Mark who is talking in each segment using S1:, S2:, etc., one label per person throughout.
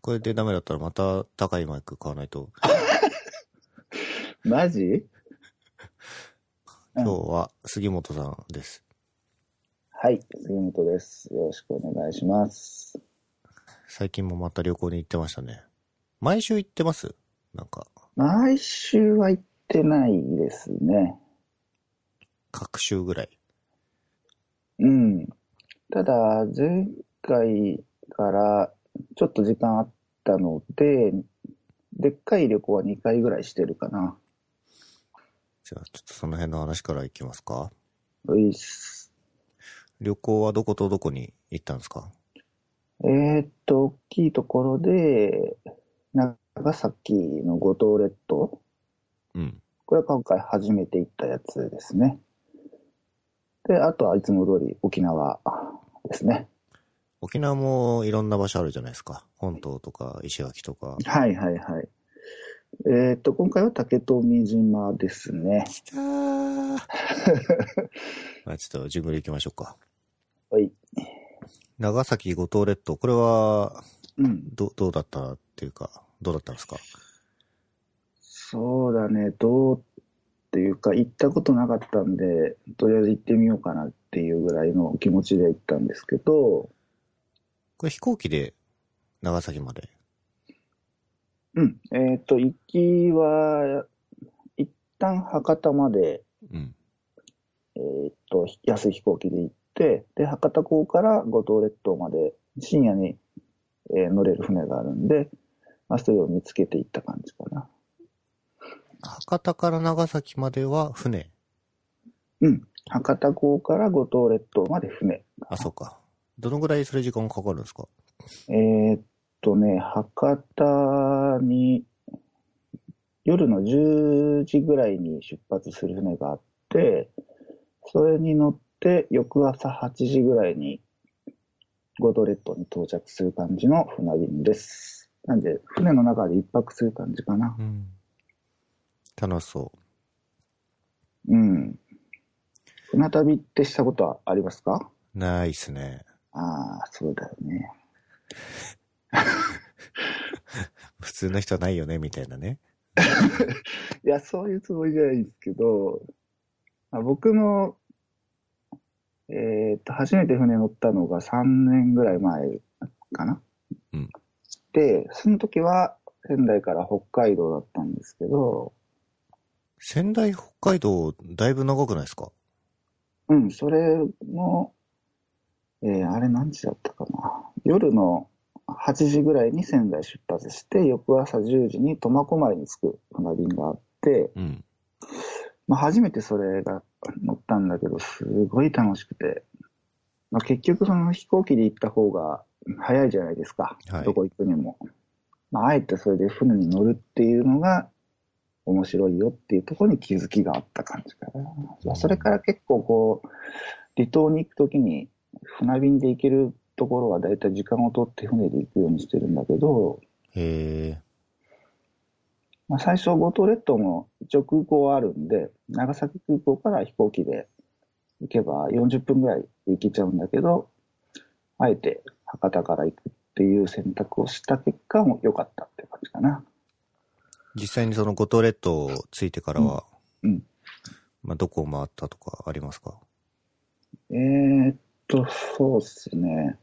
S1: これでダメだったらまた高いマイク買わないと。
S2: マジ
S1: 今日は杉本さんです。
S2: はい、杉本です。よろしくお願いします。
S1: 最近もまた旅行に行ってましたね。毎週行ってますなんか、
S2: 毎週は行ってないですね。
S1: 各週ぐらい。
S2: うん。ただ、前回からちょっと時間あったので、でっかい旅行は2回ぐらいしてるかな。
S1: じゃあ、ちょっとその辺の話から行きますか。
S2: ういっす。
S1: 旅行はどことどこに行ったんですか
S2: えーっと、大きいところで、長崎の五島列島。
S1: うん。
S2: これは今回初めて行ったやつですね。で、あとはいつも通り沖縄ですね。
S1: 沖縄もいろんな場所あるじゃないですか。本島とか石垣とか。
S2: はいはいはい。えーっと、今回は竹富島ですね。
S1: 来たー はいちょっと順繰り行きましょうか。
S2: はい。
S1: 長崎五島列島、これは、
S2: うん。
S1: ど、どうだったっていうか、どうだったんですか
S2: そうだね、どうっていうか、行ったことなかったんで、とりあえず行ってみようかなっていうぐらいの気持ちで行ったんですけど、
S1: これ飛行機で長崎まで。
S2: うん、えっ、と、行きは、一旦博多まで、
S1: うん。
S2: えっ、と、安い飛行機で行って、で、博多港から五島列島まで、深夜に、えー乗れる船があるんで、まあ、それを見つけて行った感じかな。
S1: 博多から長崎までは船。
S2: うん、博多港から五島列島まで船。
S1: あ、そうか。どのぐらいそれ時間かかるんですか
S2: えーっとね、博多に夜の10時ぐらいに出発する船があって、それに乗って翌朝8時ぐらいに五島列島に到着する感じの船便です。なんで、船の中で一泊する感じかな。
S1: うん。楽しそう。
S2: うん。船旅ってしたことはありますか
S1: ないっすね。
S2: ああ、そうだよね。
S1: 普通の人はないよね、みたいなね。
S2: いや、そういうつもりじゃないんですけど、まあ、僕も、えーっと、初めて船乗ったのが3年ぐらい前かな。
S1: うん
S2: で、その時は仙台から北海道だったんですけど、
S1: 仙台、北海道、だいぶ長くないですか
S2: うん、それも、えーあれ何時だったかな。夜の8時ぐらいに仙台出発して、翌朝10時に苫小牧に着く船便があって、
S1: うん。
S2: まあ、初めてそれが乗ったんだけど、すごい楽しくて、まあ、結局その飛行機で行った方が早いじゃないですか、
S1: はい
S2: どこ行くにも。まあ、あえてそれで船に乗るっていうのが面白いよっていうところに気づきがあった感じかな。まあ、それから結構こう、離島に行くときに船便で行けるところはだいたい時間を取って船で行くようにしてるんだけど、
S1: へえ。
S2: まあ、最初、五島列島も一応空港はあるんで、長崎空港から飛行機で行けば40分ぐらいで行けちゃうんだけど、あえて博多から行くっていう選択をした結果も良かったって感じかな。
S1: 実際にその五島列島着いてからは、
S2: うんうん
S1: まあ、どこを回ったとかありますか
S2: えーっと、そうっすね。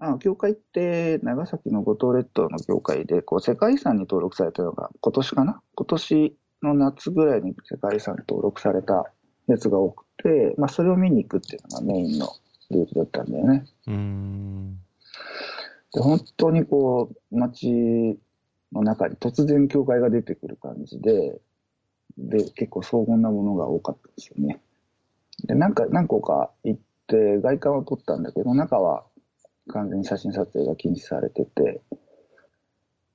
S2: あ、教会って長崎の五島列島の教会で、こう世界遺産に登録されたのが今年かな今年の夏ぐらいに世界遺産に登録されたやつが多くて、まあそれを見に行くっていうのがメインのルートだったんだよね。
S1: うーん。
S2: で、本当にこう、街の中に突然教会が出てくる感じで、で、結構荘厳なものが多かったですよね。で、なんか、何個か行って、外観を撮ったんだけど、中は完全に写真撮影が禁止されてて、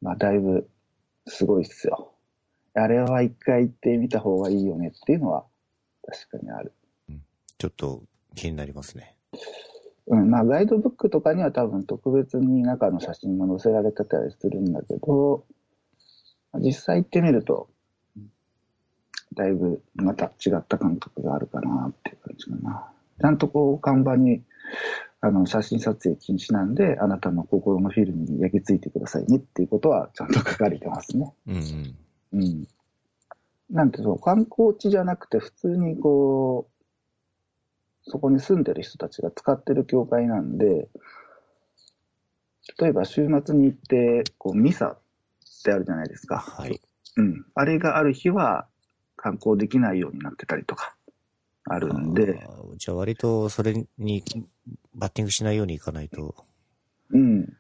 S2: まあ、だいぶすごいっすよ。あれは一回行ってみた方がいいよねっていうのは確かにある。
S1: ちょっと気になりますね。
S2: うん、まあガイドブックとかには多分特別に中の写真も載せられてたりするんだけど、実際行ってみると、だいぶまた違った感覚があるかなっていう感じかな。ちゃんとこう看板にあの、写真撮影禁止なんで、あなたの心のフィルムに焼き付いてくださいねっていうことはちゃんと書かれてますね。
S1: うんうん。
S2: うん。なんてそう、観光地じゃなくて、普通にこう、そこに住んでる人たちが使ってる教会なんで、例えば週末に行って、こう、ミサってあるじゃないですか。
S1: はい。
S2: うん。あれがある日は、観光できないようになってたりとか、あるんで、
S1: あーじゃあ割とそれにバッティングしないようにいかないと
S2: うん。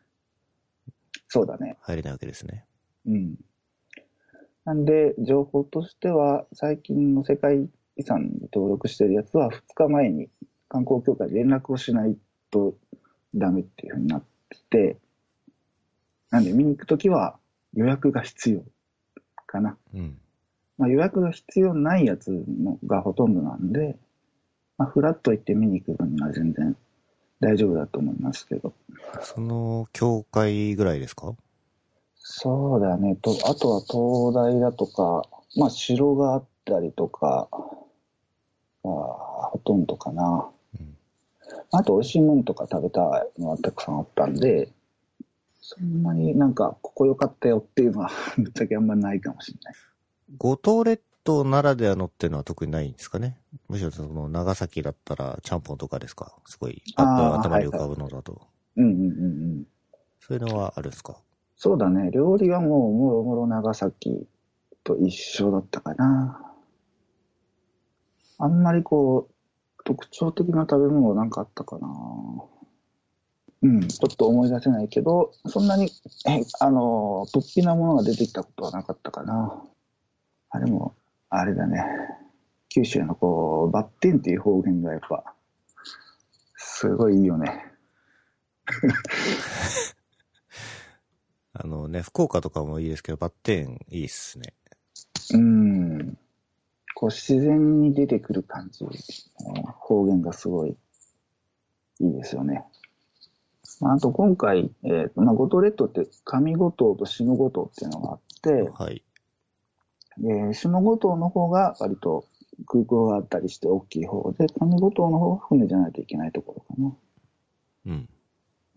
S2: そうだね。
S1: 入れないわけですね。
S2: うん。なんで、情報としては、最近の世界遺産に登録してるやつは、2日前に観光協会に連絡をしないとダメっていうふうになってて、なんで見に行くときは予約が必要かな。
S1: うん。
S2: まあ、予約が必要ないやつのがほとんどなんで、まあ、フラッと行って見に行く分には全然大丈夫だと思いますけど。
S1: その教会ぐらいですか
S2: そうだね。と、あとは東大だとか、まあ城があったりとか、まあ、ほとんどかな。
S1: うん。
S2: あと美味しいものとか食べたいのはたくさんあったんで、そんなになんか、ここ良かったよっていうのは、 ぶっちゃけあんまないかもしれない。
S1: 五島列島ならではのっていうのは特にないんですかねむしろその長崎だったらちゃんぽんとかですかすごい、パッと
S2: あー
S1: 頭に浮かぶのだと。
S2: うんうんうんうん。
S1: そういうのはあるんですか
S2: そうだね。料理はもう、もろもろ長崎と一緒だったかな。あんまりこう、特徴的な食べ物なんかあったかな。うん、ちょっと思い出せないけど、そんなに、えあの、突飛なものが出てきたことはなかったかな。あ、でも、あれだね。九州のこう、バッテンっていう方言がやっぱ、すごいいいよね。
S1: あのね、福岡とかもいいですけど、バッテンいいっすね。
S2: うん。こう自然に出てくる感じ、方言がすごいいいですよね。まあ、あと今回、えーとまあ、五島列島って上五島と下五島っていうのがあって、
S1: はい。
S2: えー下五島の方が割と空港があったりして大きい方で、上五島の方が船じゃないといけないところかな。
S1: うん。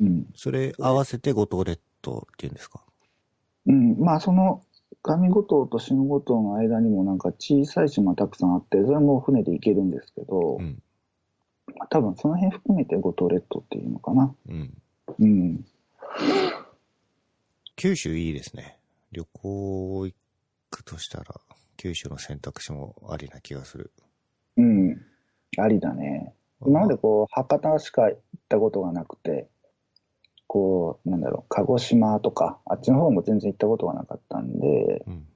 S2: うん。
S1: それ合わせて五島列島っていうんですか
S2: うん、まあその上五島と下五島の間にもなんか小さい島たくさんあって、それも船で行けるんですけど、
S1: うん。
S2: 多分その辺含めて五島列島っていうのかな。
S1: うん。
S2: うん。
S1: 九州いいですね。旅行行くとしたら、九州の選択肢もありな気がする。
S2: うん。ありだね。今までこう、博多しか行ったことがなくて、こう、なんだろう、鹿児島とか、あっちの方も全然行ったことがなかったんで、
S1: うん。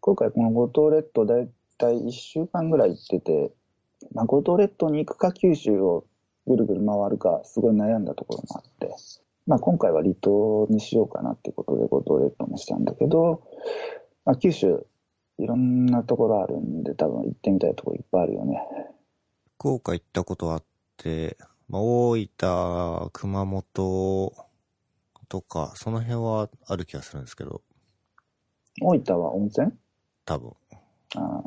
S2: 今回この五島列島だいたい1週間ぐらい行ってて、まあ、五島列島に行くか九州をぐるぐる回るか、すごい悩んだところもあって、まあ、今回は離島にしようかなってことで五島列島にしたんだけど、まあ、九州、いろんなところあるんで、多分行ってみたいところいっぱいあるよね。
S1: 福岡行ったことあって、まあ、大分、熊本とか、その辺はある気がするんですけど、
S2: 大分は温泉
S1: 多分。
S2: あ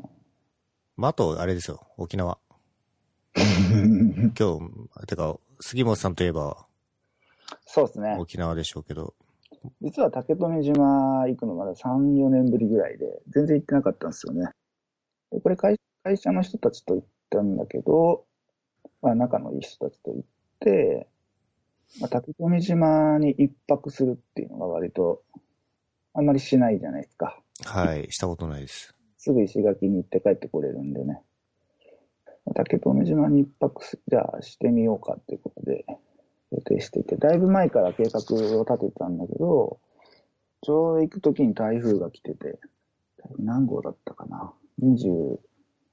S1: まあ、あと、あれですよ、沖縄。
S2: ー
S1: 今日、てか、杉本さんといえば
S2: そうですね。
S1: 沖縄でしょうけど、
S2: 実は竹富島行くのまだ3、4年ぶりぐらいで、全然行ってなかったんですよね。でこれ会、会社の人たちと行ったんだけど、まあ、仲のいい人たちと行って、まあ、竹富島に一泊するっていうのが割と、あんまりしないじゃないですか。
S1: はい、したことないです。
S2: すぐ石垣に行って帰ってこれるんでね。竹富島に一泊す、じゃあしてみようかっていうことで予定していて、だいぶ前から計画を立ててたんだけど、ちょうど行くときに台風が来てて、台風何号だったかな ?26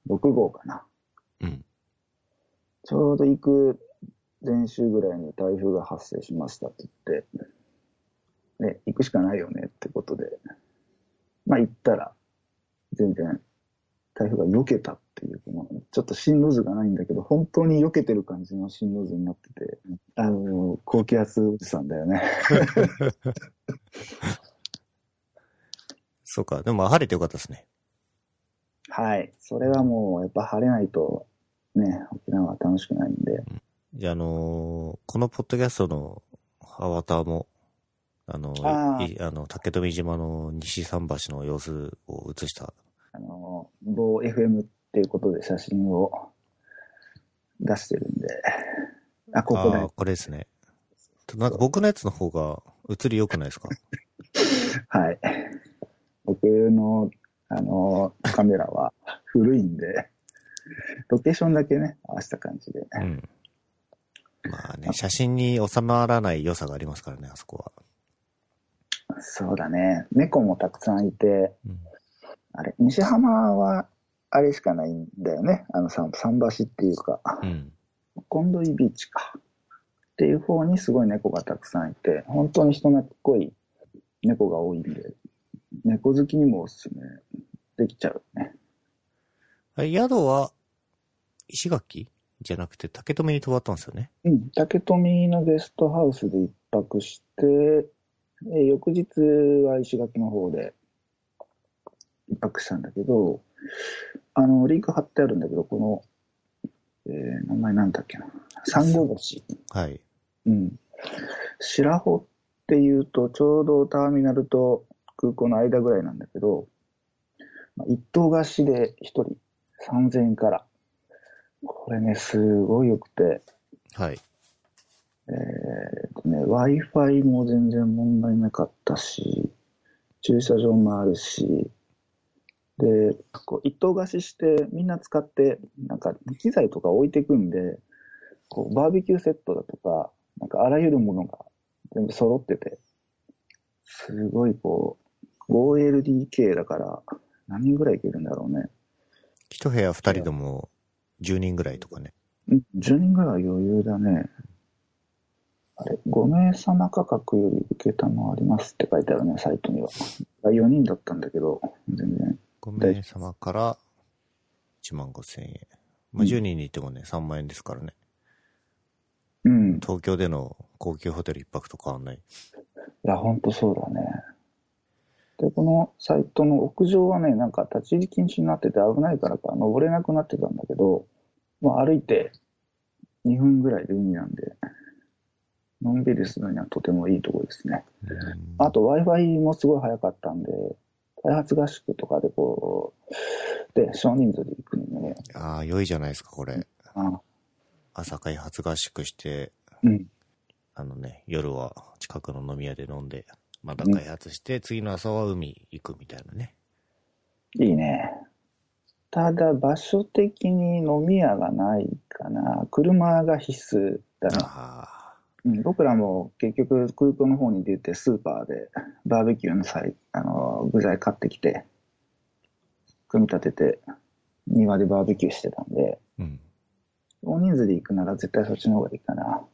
S2: 号かな。
S1: うん。
S2: ちょうど行く前週ぐらいに台風が発生しましたって言って、ね、行くしかないよねってことで、まあ行ったら、全然台風が避けたっていう、このちょっと進路図がないんだけど、本当に避けてる感じの進路図になってて、あの、高気圧おじさんだよね。
S1: そうか、でも晴れてよかったですね。
S2: はい。それはもう、やっぱ晴れないと、ね、沖縄は楽しくないんで、
S1: じゃあ、あのーこのポッドキャストのアバターも、あの
S2: あー
S1: いあの、竹富島の西桟橋の様子を映した。
S2: あの、某 FM っていうことで写真を出してるんで、あ、ここだ
S1: ああー、これですね。ちょっとなんか僕のやつの方が映り良くないで すか
S2: はい。僕の、あの、カメラは古いんで、ロケーションだけね、合わせた感じで。
S1: うん。まあね、写真に収まらない良さがありますからね、あそこは。
S2: そうだね。猫もたくさんいて、
S1: うん
S2: あれ、西浜は、あれしかないんだよね。あの、さ桟橋っていうか、
S1: うん。
S2: コンドイビーチか。っていう方にすごい猫がたくさんいて、本当に人懐っこい猫が多いんで、猫好きにもおすすめできちゃうね。
S1: あれ宿は、石垣じゃなくて竹富に泊まったんですよね。
S2: うん、竹富のゲストハウスで一泊して、えー翌日は石垣の方で一泊したんだけど、あの、リンク貼ってあるんだけど、この、えー名前なんだっけな。三号橋。
S1: はい。
S2: うん。白穂っていうと、ちょうどターミナルと空港の間ぐらいなんだけど、まあ一棟貸しで一人3000円から。これね、すごい良くて、
S1: はい。
S2: えーっとね、Wi-Fi も全然問題なかったし、駐車場もあるし、で、こう一棟貸ししてみんな使って、なんか機材とか置いていくんで、こうバーベキューセットだとか、なんかあらゆるものが全部揃ってて、すごいこう、5LDK だから、何人ぐらいいけるんだろうね。
S1: 一部屋二人でも10人ぐらいとかね。
S2: ん10人ぐらいは余裕だね。あれ、5名様価格より受けたのありますって書いてあるね、サイトには。4人だったんだけど、全然。
S1: 5名様から1万5千円。まあ、
S2: うん
S1: 10人にいてもね、3万円ですからね。
S2: うん。い
S1: 東京での高級ホテル一泊と変わんない。
S2: や、ほんとそうだね。で、このサイトの屋上はね、なんか立ち入り禁止になってて危ないからか、登れなくなってたんだけど、まあ歩いて2分ぐらいで海なんで、のんびりするにはとてもいいところですね。
S1: うん
S2: あと Wi-Fi もすごい早かったんで、開発合宿とかでこう、で、少人数で行くのね。
S1: ああ、良いじゃないですか、これ。
S2: あ
S1: 朝会発合宿して、
S2: うん。
S1: あのね、夜は近くの飲み屋で飲んで、また開発して、次の朝は海行くみたいなね。
S2: いいね。ただ、場所的に飲み屋がないかな。車が必須だね。
S1: あ
S2: うん、僕らも結局空港の方に出てスーパーでバーベキューの際、あの、具材買ってきて、組み立てて庭でバーベキューしてたんで、
S1: あ、うん。
S2: 大人数で行くなら絶対そっちの方がいいかな。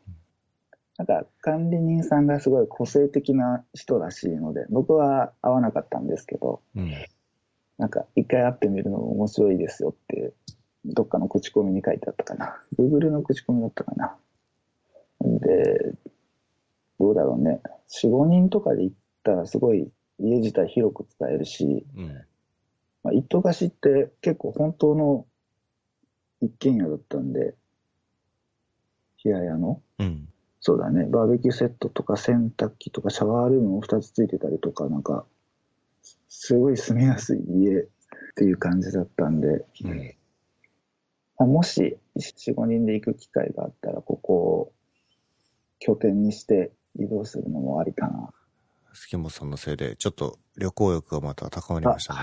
S2: なんか管理人さんがすごい個性的な人らしいので、僕は会わなかったんですけど、
S1: うん。
S2: なんか一回会ってみるのも面白いですよって、どっかの口コミに書いてあったかな。Google の口コミだったかな。で、どうだろうね。4、5人とかで行ったらすごい家自体広く使えるし、
S1: うん。
S2: まあ、一棟貸しって結構本当の一軒家だったんで、冷や屋の、
S1: うん。
S2: そうだね、バーベキューセットとか洗濯機とかシャワールームも2つついてたりとか、なんか、すごい住みやすい家っていう感じだったんで、
S1: うん。
S2: まあもし4、5人で行く機会があったら、ここを拠点にして移動するのもありかな。
S1: 杉本さんのせいで、ちょっと旅行欲がまた高まりましたね。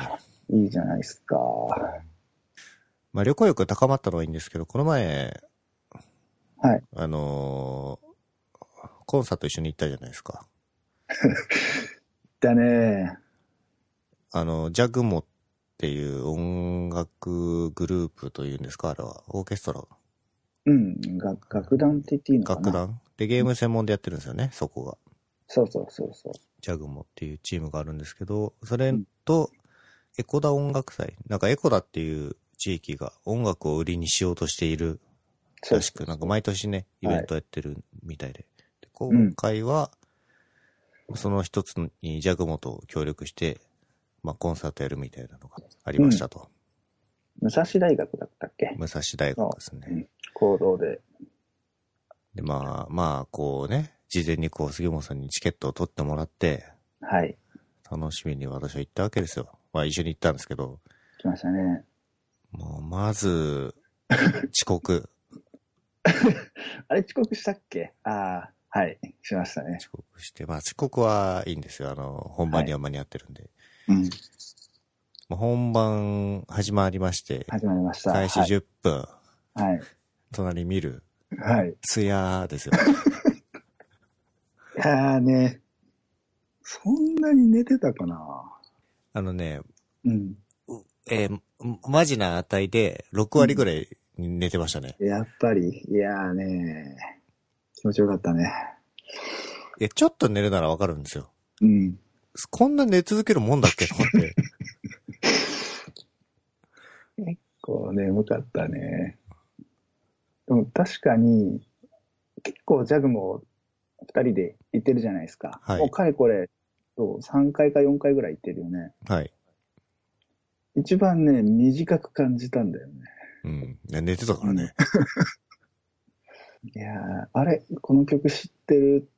S2: いいじゃないですか。
S1: まあ、旅行欲が高まったのはいいんですけど、この前、
S2: はい。
S1: あのーコンサート一緒に行ったじゃないですか。
S2: だね。
S1: あの、ジャグモっていう音楽グループというんですかあれは、オーケストラ、
S2: うん、が楽団って言っていいのかな。
S1: 楽団で、ゲーム専門でやってるんですよね、そこが。
S2: そうそうそうそう。
S1: ジャグモっていうチームがあるんですけど、それと、エコダ音楽祭。なんかエコダっていう地域が音楽を売りにしようとしている
S2: そう
S1: らしく、なんか毎年ね、イベントやってるみたいで。で
S2: ん
S1: 今回は、その一つにジャグモと協力して、まあコンサートやるみたいなのがありましたと。
S2: 武蔵大学だったっけ
S1: 武蔵大学ですね。
S2: 行動で。
S1: で、まあ、まあ、こうね、事前にこう、杉本さんにチケットを取ってもらって、
S2: はい。
S1: 楽しみに私は行ったわけですよ。まあ、一緒に行ったんですけど、
S2: 来ましたね。
S1: もう、まず、遅 刻。
S2: あれ、遅刻したっけああ、はい。しましたね。
S1: 遅刻して、まあ、遅刻はいいんですよ。あの、本番には間に合ってるんで。
S2: うん。
S1: まあ、本番始まりまして、
S2: 始まりました。
S1: 開始10分、
S2: はい。
S1: 隣見る、
S2: はい。はい、い
S1: ツヤー ですよ。
S2: やーね、そんなに寝てたかな
S1: あのね、
S2: うん。
S1: えーマジな値で6割ぐらい寝てましたね。
S2: やっぱり、いやーね、気持ちよかったね。
S1: いや、ちょっと寝るならわかるんですよ。
S2: うん。
S1: こんな寝続けるもんだっけと思って。
S2: こう眠かったね。でも確かに、結構ジャグも二人で行ってるじゃないですか。
S1: はい
S2: もうかれこれ、そう3回か4回ぐらい行ってるよね。
S1: はい。
S2: 一番ね、短く感じたんだよね。
S1: うん。いや寝てたからね。
S2: いやーあれ、この曲知ってる、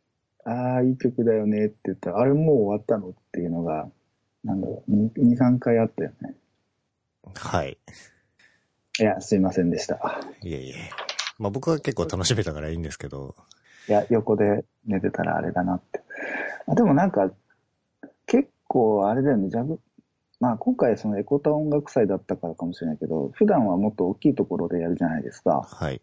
S2: ああ、いい曲だよねって言ったら、あれもう終わったのっていうのが、なんだろう、2、2 3回あったよね。
S1: はい。
S2: いや、すいませんでした。
S1: いえいえ。まあ僕は結構楽しめたからいいんですけど。
S2: いや、横で寝てたらあれだなって。あでもなんか、結構あれだよね、ジャブ、まあ今回そのエコタ音楽祭だったからかもしれないけど、普段はもっと大きいところでやるじゃないですか。
S1: はい。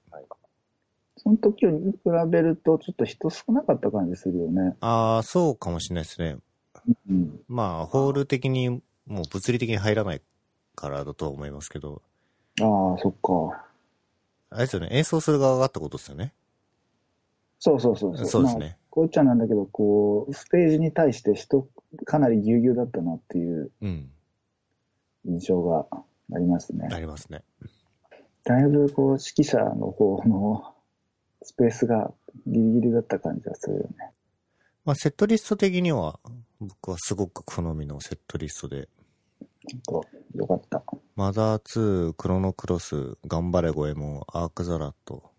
S2: その時に比べるとちょっと人少なかった感じするよね。
S1: ああ、そうかもしれないですね。
S2: うん。
S1: まあ、ホール的に、もう物理的に入らないからだとは思いますけど。
S2: ああ、そっか。
S1: あれですよね。演奏する側がってことですよね。
S2: そうそうそう
S1: そうです
S2: まあ
S1: ね。
S2: こういっちゃなんだけど、こう、ステージに対して人、かなりぎゅうぎゅうだったなっていう
S1: うん。
S2: 印象がありますね。
S1: ありますね。
S2: だいぶこう指揮者の方のスペースがギリギリだった感じがするよね。
S1: まあ、セットリスト的には、僕はすごく好みのセットリストで、
S2: ちょっとよかった。
S1: マザー2、クロノクロス、頑張れゴエモン、アークザラット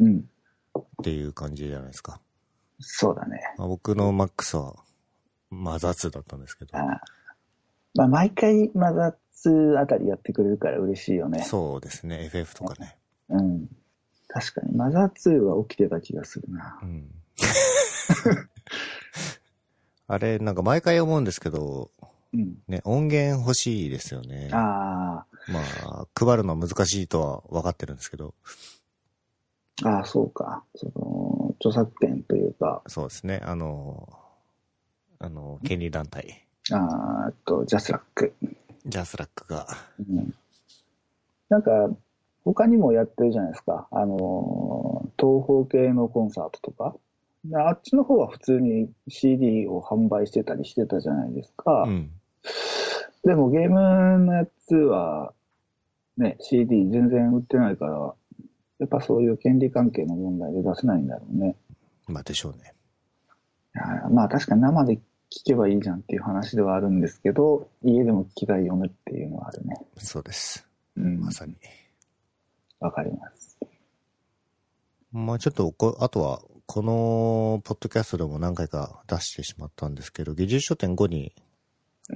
S2: うん。
S1: っていう感じじゃないですか。
S2: そうだね。
S1: まあ、僕のマックスは、マザー2だったんですけど
S2: あ。あまあ、毎回マザー2あたりやってくれるから嬉しいよね。
S1: そうですね、FF とかね。
S2: うん。確かに、マザー2は起きてた気がするな
S1: う。ん。 あれ、なんか毎回思うんですけど、
S2: うん。
S1: ね、音源欲しいですよね。
S2: あ
S1: まあ、配るのは難しいとは分かってるんですけど、
S2: あ、ああ、そうか。その、著作権というか、
S1: そうですね、あの、あの、権利団体。
S2: あーえっと、ジャスラック。
S1: ジャスラックが。
S2: うん。なんか、他にもやってるじゃないですか。あのー、東方系のコンサートとか。あっちの方は普通に CD を販売してたりしてたじゃないですか。
S1: うん。
S2: でもゲームのやつは、ね、CD 全然売ってないから、やっぱそういう権利関係の問題で出せないんだろうね。
S1: まあ、でしょうね。
S2: いやまあ確かに生で聞けばいいじゃんっていう話ではあるんですけど、家でも聞きたいよねっていうのはあるね。
S1: そうです。
S2: うん。
S1: まさに。
S2: わかります。
S1: まあちょっとこ、あとは、この、ポッドキャストでも何回か出してしまったんですけど、技術書店5に、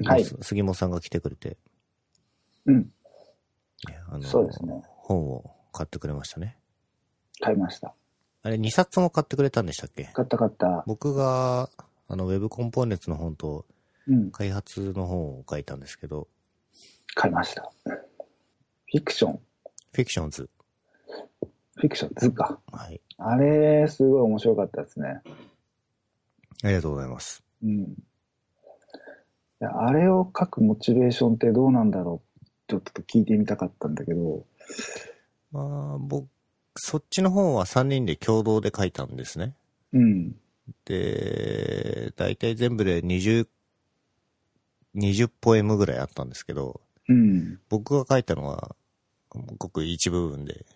S2: はい。
S1: 杉本さんが来てくれて、
S2: うん。
S1: あの、
S2: そうですね。
S1: 本を買ってくれましたね。
S2: 買いました。
S1: あれ、2冊も買ってくれたんでしたっけ
S2: 買った買った。
S1: 僕が、あの、ウェブコンポーネンツの本と、
S2: うん。
S1: 開発の本を書いたんですけど、
S2: 買いました。フィクション。
S1: フィクションズ。
S2: フィクション図か。
S1: はい。
S2: あれ、すごい面白かったですね。
S1: ありがとうございます。
S2: うん。いやあれを書くモチベーションってどうなんだろうちょっと聞いてみたかったんだけど。
S1: まあ、僕、そっちの本は3人で共同で書いたんですね。
S2: うん。
S1: で、大体全部で20、20ポエムぐらいあったんですけど、
S2: うん。
S1: 僕が書いたのは、ごく一部分で、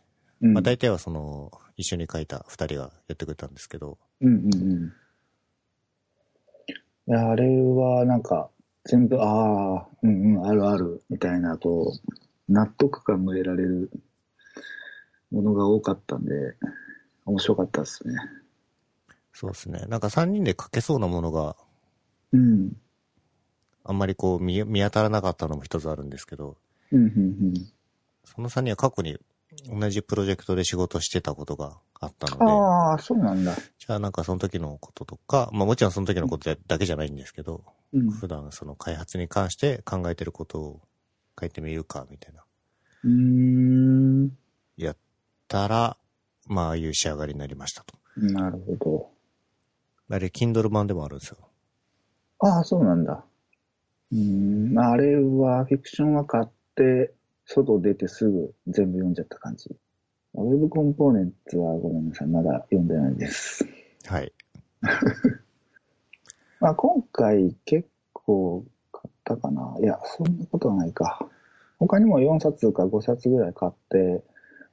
S2: うん。
S1: まあ大体はその、一緒に書いた二人がやってくれたんですけど、
S2: うんうんうん。いや、あれはなんか、全部、ああ、うんうん、あるある、みたいな、こう、納得感の得られるものが多かったんで、面白かったですね。
S1: そうですね。なんか3人で書けそうなものが
S2: うん。
S1: あんまりこう見見当たらなかったのも一つあるんですけど、
S2: うん、うん、
S1: その3人は過去に同じプロジェクトで仕事してたことがあった
S2: うん。
S1: ので、
S2: ああ、そうなんだ。
S1: じゃあなんかその時のこととか、まあもちろんその時のことだだけじゃないんですけど、
S2: うん。
S1: 普段その開発に関して考えてることを書いてみるか、みたいな。
S2: うーん。
S1: やったら、まあああいう仕上がりになりましたと。
S2: なるほ
S1: あれ、Kindle 版でもあるんですよ。
S2: ど。ああ、そうなんだ。うーん。まああれは、フィクションは買って、外出てすぐ全部読んじゃった感じ。ウェブコンポーネンツはごめんなさい、まだ読んでないです。
S1: はい。
S2: まあ今回結構買ったかな。いや、そんなことはないか。他にも4冊か5冊ぐらい買って、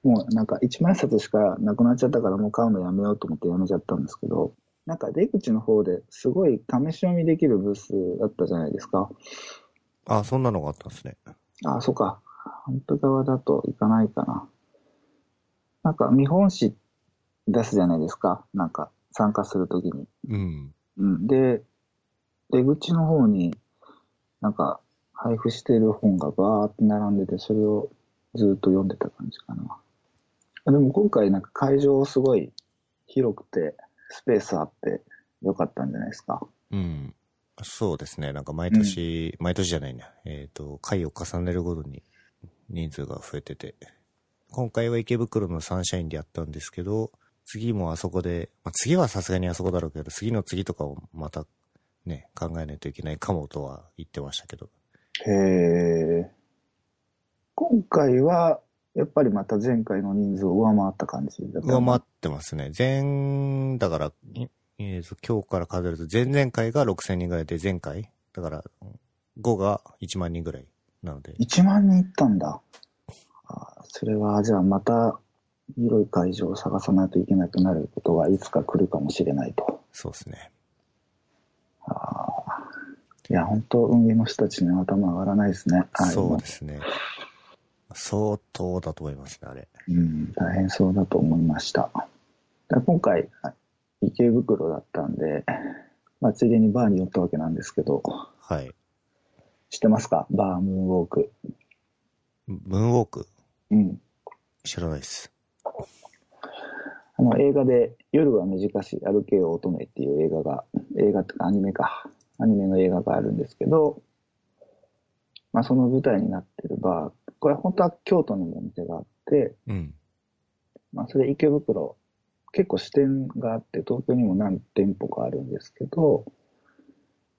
S2: もうなんか1万冊しかなくなっちゃったからもう買うのやめようと思ってやめちゃったんですけど、なんか出口の方ですごい試し読みできるブースだったじゃないですか。
S1: あ、そんなのがあったんですね。
S2: あ、そうか。反対側だといかないかな。なんか見本紙出すじゃないですか。なんか参加するときに。
S1: うん。
S2: うん、で、出口の方に、なんか、配布してる本がバーって並んでて、それをずっと読んでた感じかな。でも今回なんか会場すごい広くて、スペースあってよかったんじゃないですか。
S1: うん。そうですね。なんか毎年、毎年じゃないね。えっ、と、回を重ねるごとに人数が増えてて。今回は池袋のサンシャインでやったんですけど、次もあそこで、まあ、次はさすがにあそこだろうけど、次の次とかをまたね、考えないといけないかもとは言ってましたけど。
S2: へえ。今回は、やっぱりまた前回の人数を上回った感じだった。
S1: 上回ってますね。前、だから、いえーと今日から数えると、前々回が6000人ぐらいで、前回、だから、5が1万人ぐらいなので、
S2: 1万人行ったんだ。あそれは、じゃあまた広い会場を探さないといけなくなることがいつか来るかもしれないと。
S1: そうですね。
S2: あーいや、本当運営の人たちには頭上がらないですね。ああいうの
S1: そうですね。相当だと思いますね、あれ。
S2: うん、大変そうだと思いました。だ今回、あ池袋だったんで、まあ、ついでにバーに寄ったわけなんですけど、
S1: はい。
S2: 知ってますかバームーンウォーク。
S1: ムーンウォーク、
S2: うん。
S1: 知らないっす。
S2: あの映画で「夜は短し歩けよ乙女」っていう映画が映画とかアニメかアニメの映画があるんですけど、まあ、その舞台になってるバーこれ本当は京都にもお店があって、
S1: うん。
S2: まあ、それ池袋結構支店があって東京にも何店舗かあるんですけど、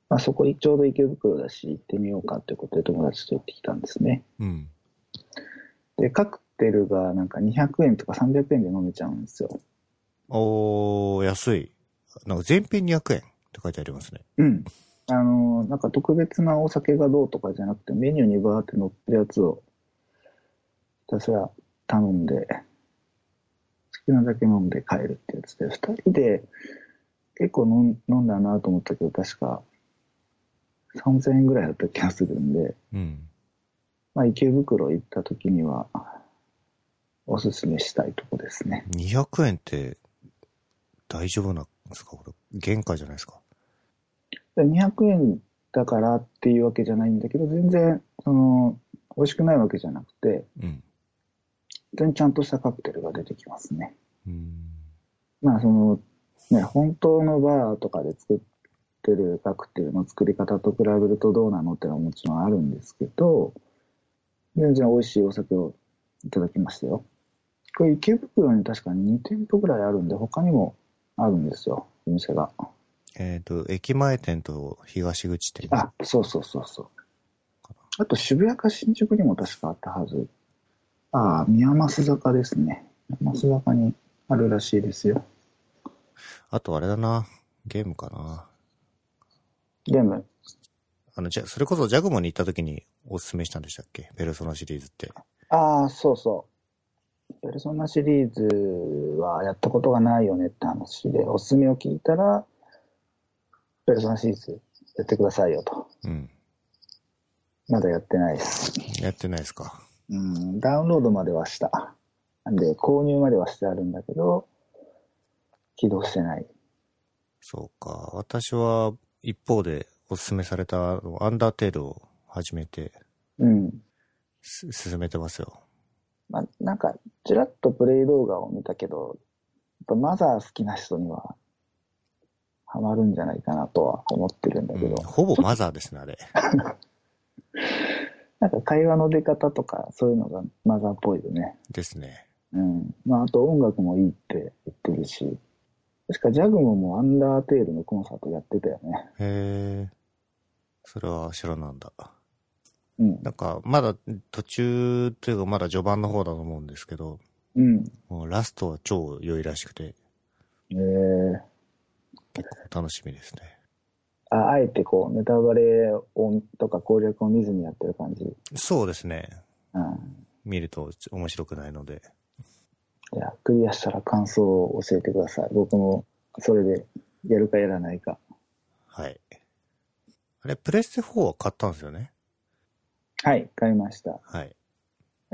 S2: まあ、そこちょうど池袋だし行ってみようかということで友達と行ってきたんですね
S1: うん。
S2: でカクテルがなんか200円とか300円で飲めちゃうんですよ
S1: おー、安い。なんか全編200円って書いてありますね。
S2: うん。あの、なんか特別なお酒がどうとかじゃなくて、メニューにバーって載ってるやつを、ひたすら頼んで、好きなだけ飲んで帰るってやつで、二人で結構飲ん飲んだなと思ったけど、確か3000円ぐらいだった気がするんで、
S1: うん。
S2: まあ池袋行った時には、おすすめしたいとこですね。
S1: 200円って、大丈夫なんですかこれ、原価じゃないですか。
S2: で200円だからっていうわけじゃないんだけど、全然、その、美味しくないわけじゃなくて、
S1: うん。
S2: 本当にちゃんとしたカクテルが出てきますね。
S1: うん。
S2: まあそのね、本当のバーとかで作ってるカクテルの作り方と比べるとどうなのってのはもちろんあるんですけど、全然美味しいお酒をいただきましたよ。これ池袋に確か2店舗ぐらいあるんで、他にもあるんですよ、お店が。
S1: えっ、と、駅前店と東口店。
S2: あ、そうそうそうそう。あと渋谷か新宿にも確かあったはず。ああ、宮益坂ですね。宮益坂にあるらしいですよ。
S1: あとあれだな。ゲームかな。
S2: ゲーム、
S1: あの、じゃ、それこそジャグモに行った時におすすめしたんでしたっけペルソナシリーズって。
S2: ああ、そうそう。ペルソナシリーズはやったことがないよねって話で、おすすめを聞いたら、ペルソナシリーズやってくださいよと。
S1: うん。
S2: まだやってないです。
S1: やってないですか。
S2: うん、ダウンロードまではした。なんで、購入まではしてあるんだけど、起動してない。
S1: そうか。私は一方でお勧めされたあのアンダーテールを始めて、
S2: うん。
S1: す進めてますよ。
S2: まあ、なんか、ちらっとプレイ動画を見たけど、やっぱマザー好きな人には、ハマるんじゃないかなとは思ってるんだ
S1: う
S2: け
S1: ん
S2: ど、
S1: ほぼマザーですね、あれ。
S2: なんか会話の出方とか、そういうのがマザーっぽいよね。
S1: ですね。
S2: うん。まあ、あと音楽もいいって言ってるし、確かジャグモもアンダーテールのコンサートやってたよね。
S1: へえ。それは知らなんだ。
S2: うん。
S1: なんか、まだ途中というかまだ序盤の方だと思うんですけど、
S2: うん。
S1: もうラストは超良いらしくて、
S2: えー、
S1: 結構楽しみですね。
S2: ああえてこう、ネタバレをとか攻略を見ずにやってる感じ。
S1: そうですね。
S2: うん。
S1: 見ると面白くないので。
S2: いや、クリアしたら感想を教えてください。僕も、それで、やるかやらないか。
S1: はい。あれ、プレステ4は買ったんですよね。
S2: はい、買いました。
S1: はい。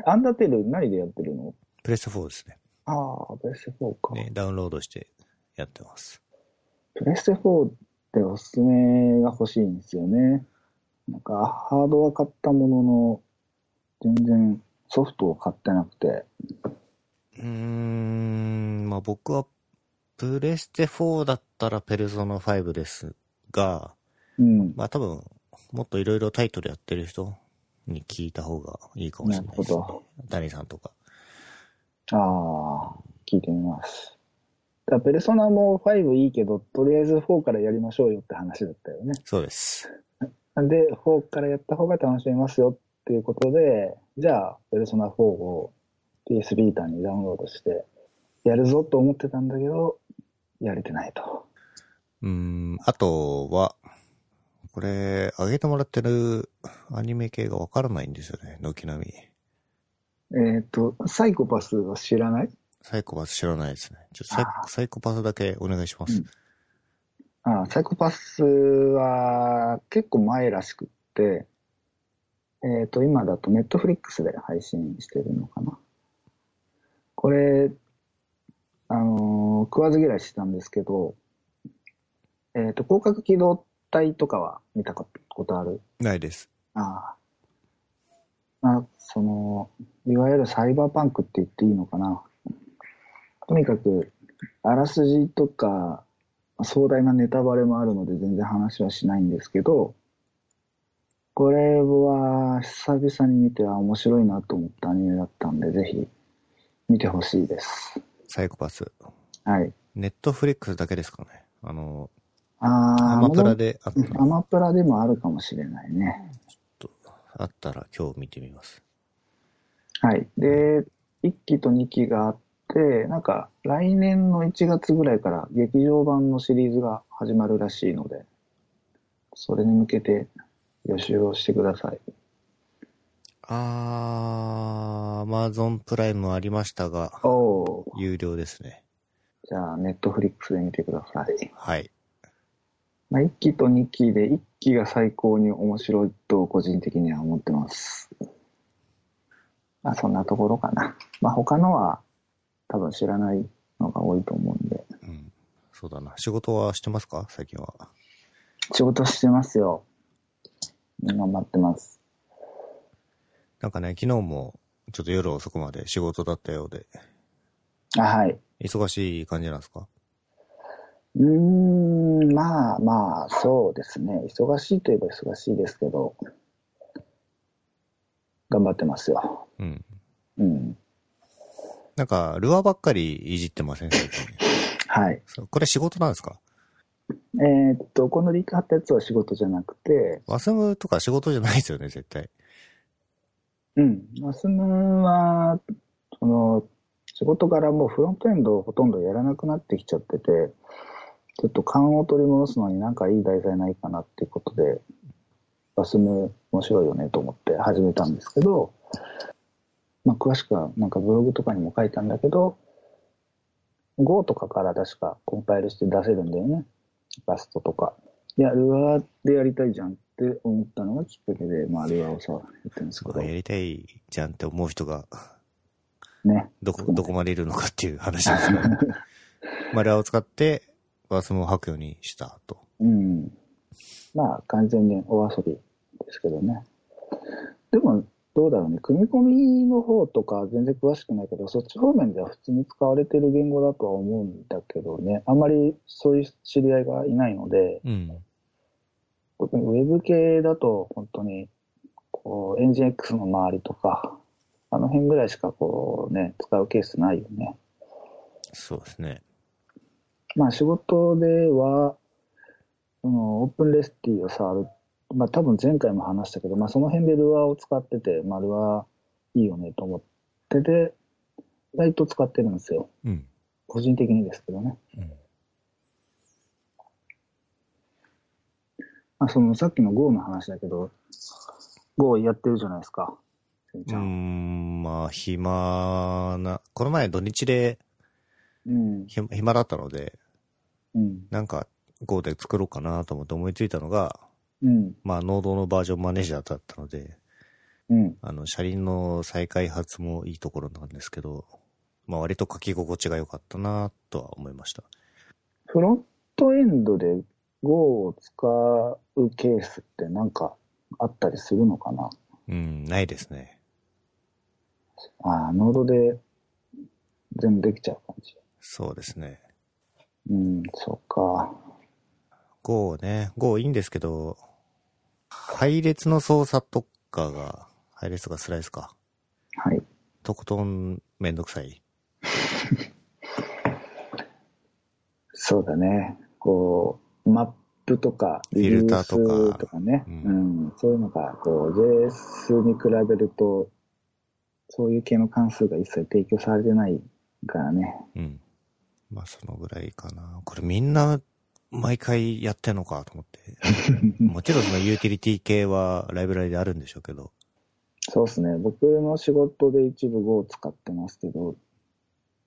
S2: アンダーテール何でやってるの
S1: プレステ4ですね。
S2: ああ、プレステ4か。
S1: ね、ダウンロードしてやってます。
S2: プレステ4っておすすめが欲しいんですよね。なんか、ハードは買ったものの、全然ソフトを買ってなくて。
S1: うーん、まあ僕は、プレステ4だったらペルソナ5ですが、
S2: うん。
S1: まあ多分、もっといろいろタイトルやってる人に聞いた方がいいかもしれないです、ね
S2: なるほ。
S1: ダニさんとか。
S2: ああ、聞いてみます。だからペルソナも5いいけど、とりあえず4からやりましょうよって話だったよね。
S1: そうです。
S2: なんで、4からやった方が楽しめますよっていうことで、じゃあ、ペルソナ4を PS ビータにダウンロードして、やるぞと思ってたんだけど、やれてないと。
S1: うーん、あとは、これ、上げてもらってるアニメ系がわからないんですよね、軒並み。
S2: えっ、と、サイコパスは知らない
S1: サイコパス知らないですね。ちょっとサイ
S2: あ
S1: サイコパスだけお願いします。
S2: うんああサイコパスは結構前らしくって、えっ、と、今だとネットフリックスで配信してるのかな。これ、あのー食わず嫌いしてたんですけど、えっ、と、広角機動隊とかは見たことある
S1: ないです。
S2: ああ。まあ、その、いわゆるサイバーパンクって言っていいのかな。とにかく、あらすじとか、壮大なネタバレもあるので全然話はしないんですけど、これは久々に見ては面白いなと思ったアニメだったんで、ぜひ見てほしいです。
S1: サイコパス。
S2: はい。
S1: ネットフリックスだけですかね。あの、
S2: ああ、
S1: アマプラ
S2: で。
S1: であった
S2: ア
S1: ら
S2: マプラでもあるかもしれないね。
S1: あったら今日見てみます。
S2: はい。で、1期と2期があって、なんか来年の1月ぐらいから劇場版のシリーズが始まるらしいので、それに向けて予習をしてください。
S1: あー、Amazon プライムありましたが、
S2: おおー。
S1: 有料ですね。
S2: じゃあ、ネットフリックスで見てください。
S1: はい。
S2: まあ、1期と2期で、1期が最高に面白いと個人的には思ってます。まあ、そんなところかな。まあ、他のは多分知らないのが多いと思うんで。
S1: うん。そうだな。仕事はしてますか最近は。
S2: 仕事してますよ。頑張ってます。
S1: なんかね、昨日もちょっと夜遅くまで仕事だったようで、
S2: あはい。
S1: 忙しい感じなんですか
S2: うーん、まあまあ、そうですね。忙しいといえば忙しいですけど、頑張ってますよ。
S1: うん。
S2: うん。
S1: なんか、ルアーばっかりいじってません最近。
S2: はい。
S1: そうこれ仕事なんですか
S2: えーっと、このリンク貼ったやつは仕事じゃなくて、
S1: ワスムとか仕事じゃないですよね、絶対。
S2: うん。マスムは、その、仕事からもうフロントエンドをほとんどやらなくなってきちゃってて、ちょっと勘を取り戻すのになんかいい題材ないかなっていうことで、バスム面白いよねと思って始めたんですけど、まあ詳しくはなんかブログとかにも書いたんだけど、Go とかから確かコンパイルして出せるんだよね。ラストとか。いや、ルアーでやりたいじゃんって思ったのがきっかけで、まあルアーをさ、やってるんですけど
S1: や。りたいじゃんって思う人が、
S2: ね。
S1: どこ、どこまでいるのかっていう話ですね。丸青を使って、ワースムを吐くようにしたと。
S2: うん。まあ、完全にお遊びですけどね。でも、どうだろうね。組み込みの方とか全然詳しくないけど、そっち方面では普通に使われてる言語だとは思うんだけどね。あんまりそういう知り合いがいないので、
S1: うん。
S2: 特にウェブ系だと本当に、こう、エンジン X の周りとか、あの辺ぐらいしかこうね、使うケースないよね。
S1: そうですね。
S2: まあ仕事では、そのオープンレスティを触る。まあ多分前回も話したけど、まあその辺でルアーを使ってて、まあルアーいいよねと思ってて、割と使ってるんですよ。
S1: うん。
S2: 個人的にですけどね。
S1: うん
S2: まあそのさっきの GO の話だけど、GO やってるじゃないですか。せん
S1: う
S2: ち
S1: ー
S2: ゃん。
S1: ん、まあ、暇な、この前土日で
S2: うん。
S1: ひ暇だったので、
S2: うん。
S1: なんか Go で作ろうかなと思って思いついたのが、
S2: うん。
S1: まあ、ノードのバージョンマネージャーだったので、
S2: うん。
S1: あの、車輪の再開発もいいところなんですけど、まあ、割と書き心地が良かったなとは思いました。
S2: フロントエンドで GO を使うケースってなんかあったりするのかな
S1: うん、ないですね。
S2: ああ、ノードで全部できちゃう感じ。
S1: そうですね。
S2: うん、そっか。
S1: Go ね、Go いいんですけど、配列の操作とかが、配列とかスライスか、
S2: はい。
S1: とことんめんどくさい。
S2: そうだね。こう、マップとか、
S1: フィルターとか
S2: リデュースとかね。
S1: う
S2: うんん、そういうのが、こう、JS に比べると、そういう系の関数が一切提供されてないからね。
S1: うん。まあ、そのぐらいかな。これみんな、毎回やってんのかと思って。 もちろんそのユーティリティ系はライブラリであるんでしょうけど。
S2: そうですね。僕の仕事で一部 Go を使ってますけど、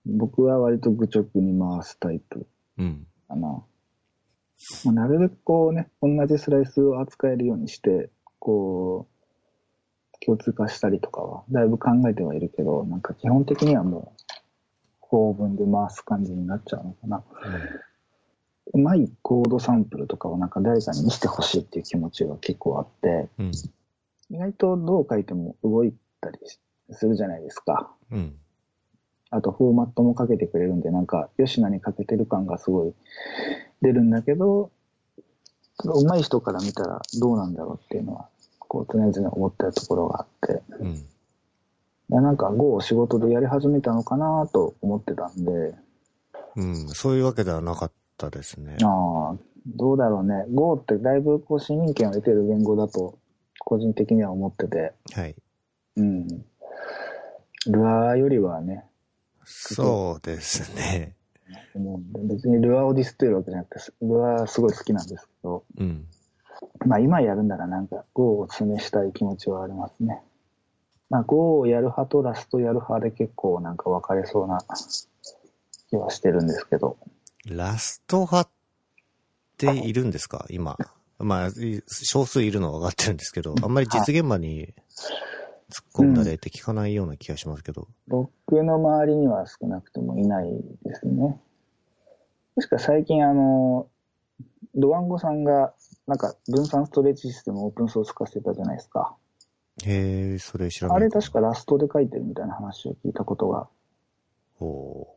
S2: 僕は割と愚直に回すタイプ。
S1: うん。
S2: かな。まあなるべくこうね、同じスライスを扱えるようにして、こう、共通化したりとかは、だいぶ考えてはいるけど、なんか基本的にはもう、構文で回す感じになっちゃうのかな。うまいコードサンプルとかをなんか誰かに見せてほしいっていう気持ちが結構あって、
S1: うん。
S2: 意外とどう書いても動いたりするじゃないですか。
S1: うん。
S2: あとフォーマットもかけてくれるんで、なんか、吉野にかけてる感がすごい出るんだけど、上手い人から見たらどうなんだろうっていうのは、こう、常々思ってるところがあって、
S1: うん。
S2: でなんか、Go を仕事でやり始めたのかなと思ってたんで、
S1: うん。そういうわけではなかったですね。
S2: ああ、どうだろうね。Go ってだいぶこう、市民権を得てる言語だと、個人的には思ってて、
S1: はい。
S2: うん。ルアーよりはね、
S1: そうですね。
S2: もう別にルアーをディスってるわけじゃなくて、ルアーすごい好きなんですけど、
S1: うん。
S2: まあ今やるならなんか Go を示したい気持ちはありますね。まあ Go をやる派とラストやる派で結構なんか分かれそうな気はしてるんですけど。
S1: ラスト派っているんですか今。まあ、い少数いるのは分かってるんですけど、あんまり実現場に突っ込んだ例って聞かないような気がしますけど。
S2: 僕の周りには少なくともいないですね。確か最近あの、ドワンゴさんがなんか分散ストレッチシステムをオープンソース化してたじゃないですか。
S1: へえ、それ知らない。
S2: あれ確か。ラストで書いてるみたいな話を聞いたことが
S1: お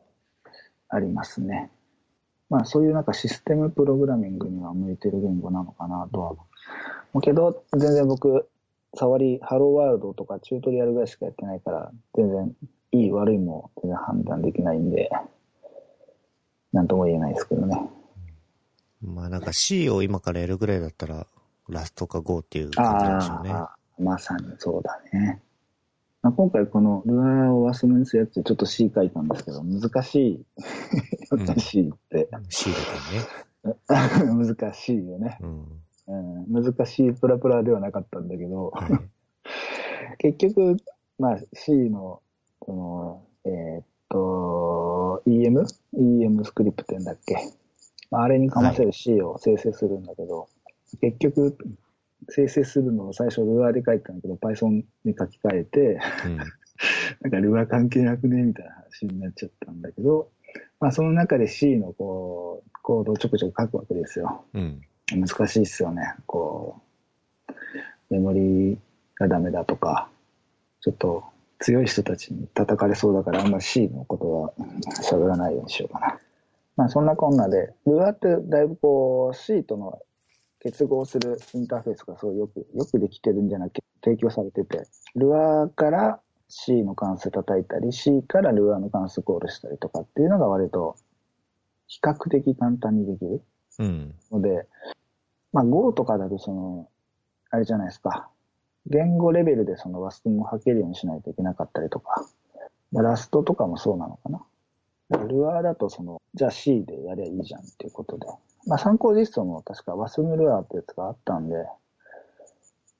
S2: ありますね。まあそういうなんかシステムプログラミングには向いてる言語なのかなとは。うけど、全然僕、触り、ハローワールドとかチュートリアルぐらいしかやってないから、全然いい悪いも全然判断できないんで、なんとも言えないですけどね。
S1: まあなんか C を今からやるぐらいだったら、ラストか GO っていう感じなんでしょ
S2: あ
S1: う
S2: あ、
S1: ね。
S2: まさにそうだね。まあ、今回このルアーを忘れにするやつちょっと C 書いたんですけど、難しい。難しいって。
S1: C だけね。
S2: 難しいよね。
S1: うん。
S2: うん難しいプラプラではなかったんだけど、
S1: はい。
S2: 結局、まあ、C の、その、えーっと、EM?EM スクリプトってんだっけまああれにかませる C を生成するんだけど、結局、生成するのを最初ルアーで書いてたんだけど、Python に書き換えて、
S1: うん。
S2: なんかルアー関係なくねみたいな話になっちゃったんだけど、まあ、その中で C のこう、コードをちょくちょく書くわけですよ。
S1: うん。
S2: 難しいっすよね。こう、メモリがダメだとか、ちょっと強い人たちに叩かれそうだから、あんま C のことはうん喋らないようにしようかな。まあそんなこんなで、ルアーってだいぶこう C との結合するインターフェースがすごいよく、よくできてるんじゃなくて提供されてて、ルアーから C の関数叩いたり、C からルアーの関数コールしたりとかっていうのが割と比較的簡単にできる。
S1: うん。
S2: ので、まあ Go とかだとその、あれじゃないですか。言語レベルでその WASP も書けるようにしないといけなかったりとか。まあラストとかもそうなのかな。ルアーだとその、じゃあ C でやりゃいいじゃんっていうことで。まあ参考実装も確か WASM ルアーってやつがあったんで、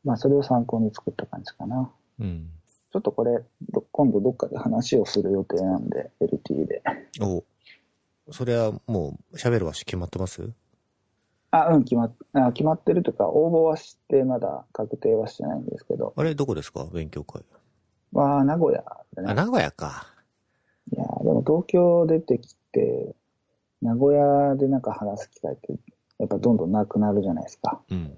S2: まあそれを参考に作った感じかな。
S1: うん。
S2: ちょっとこれ、ど今度どっかで話をする予定なんで、LT で。
S1: おそれはもう喋る場所決まってます
S2: あ、うん、決まっ、あ決まってるというか、応募はして、まだ確定はしてないんですけど、
S1: あれ、どこですか勉強会。
S2: わあ、名古屋だ
S1: あ、
S2: ね。
S1: 名古屋か。
S2: いやーでも東京出てきて、名古屋でなんか話す機会って、やっぱどんどんなくなるじゃないですか。
S1: うん。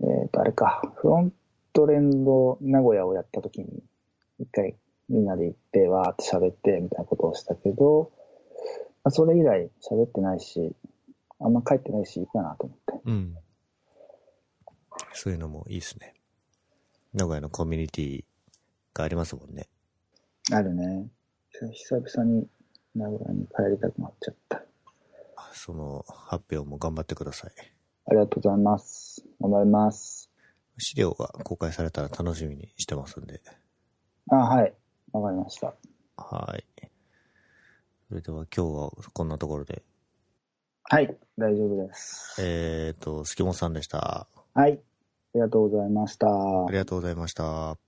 S2: えっ、と、あれか、フロントレンド名古屋をやった時に、一回みんなで行って、わーって喋って、みたいなことをしたけど、まあ、それ以来喋ってないし、あんま帰ってないし、いいかなと思って。
S1: うん。そういうのもいいですね。名古屋のコミュニティがありますもんね。
S2: あるね。久々に名古屋に帰りたくなっちゃった。
S1: その発表も頑張ってください。
S2: ありがとうございます。頑張ります。
S1: 資料が公開されたら楽しみにしてますんで。
S2: あ、はい。わかりました。
S1: はい。それでは今日はこんなところで。
S2: はい。大丈夫です。
S1: えっ、ー、と、スキモさんでした。
S2: はい。ありがとうございました。
S1: ありがとうございました。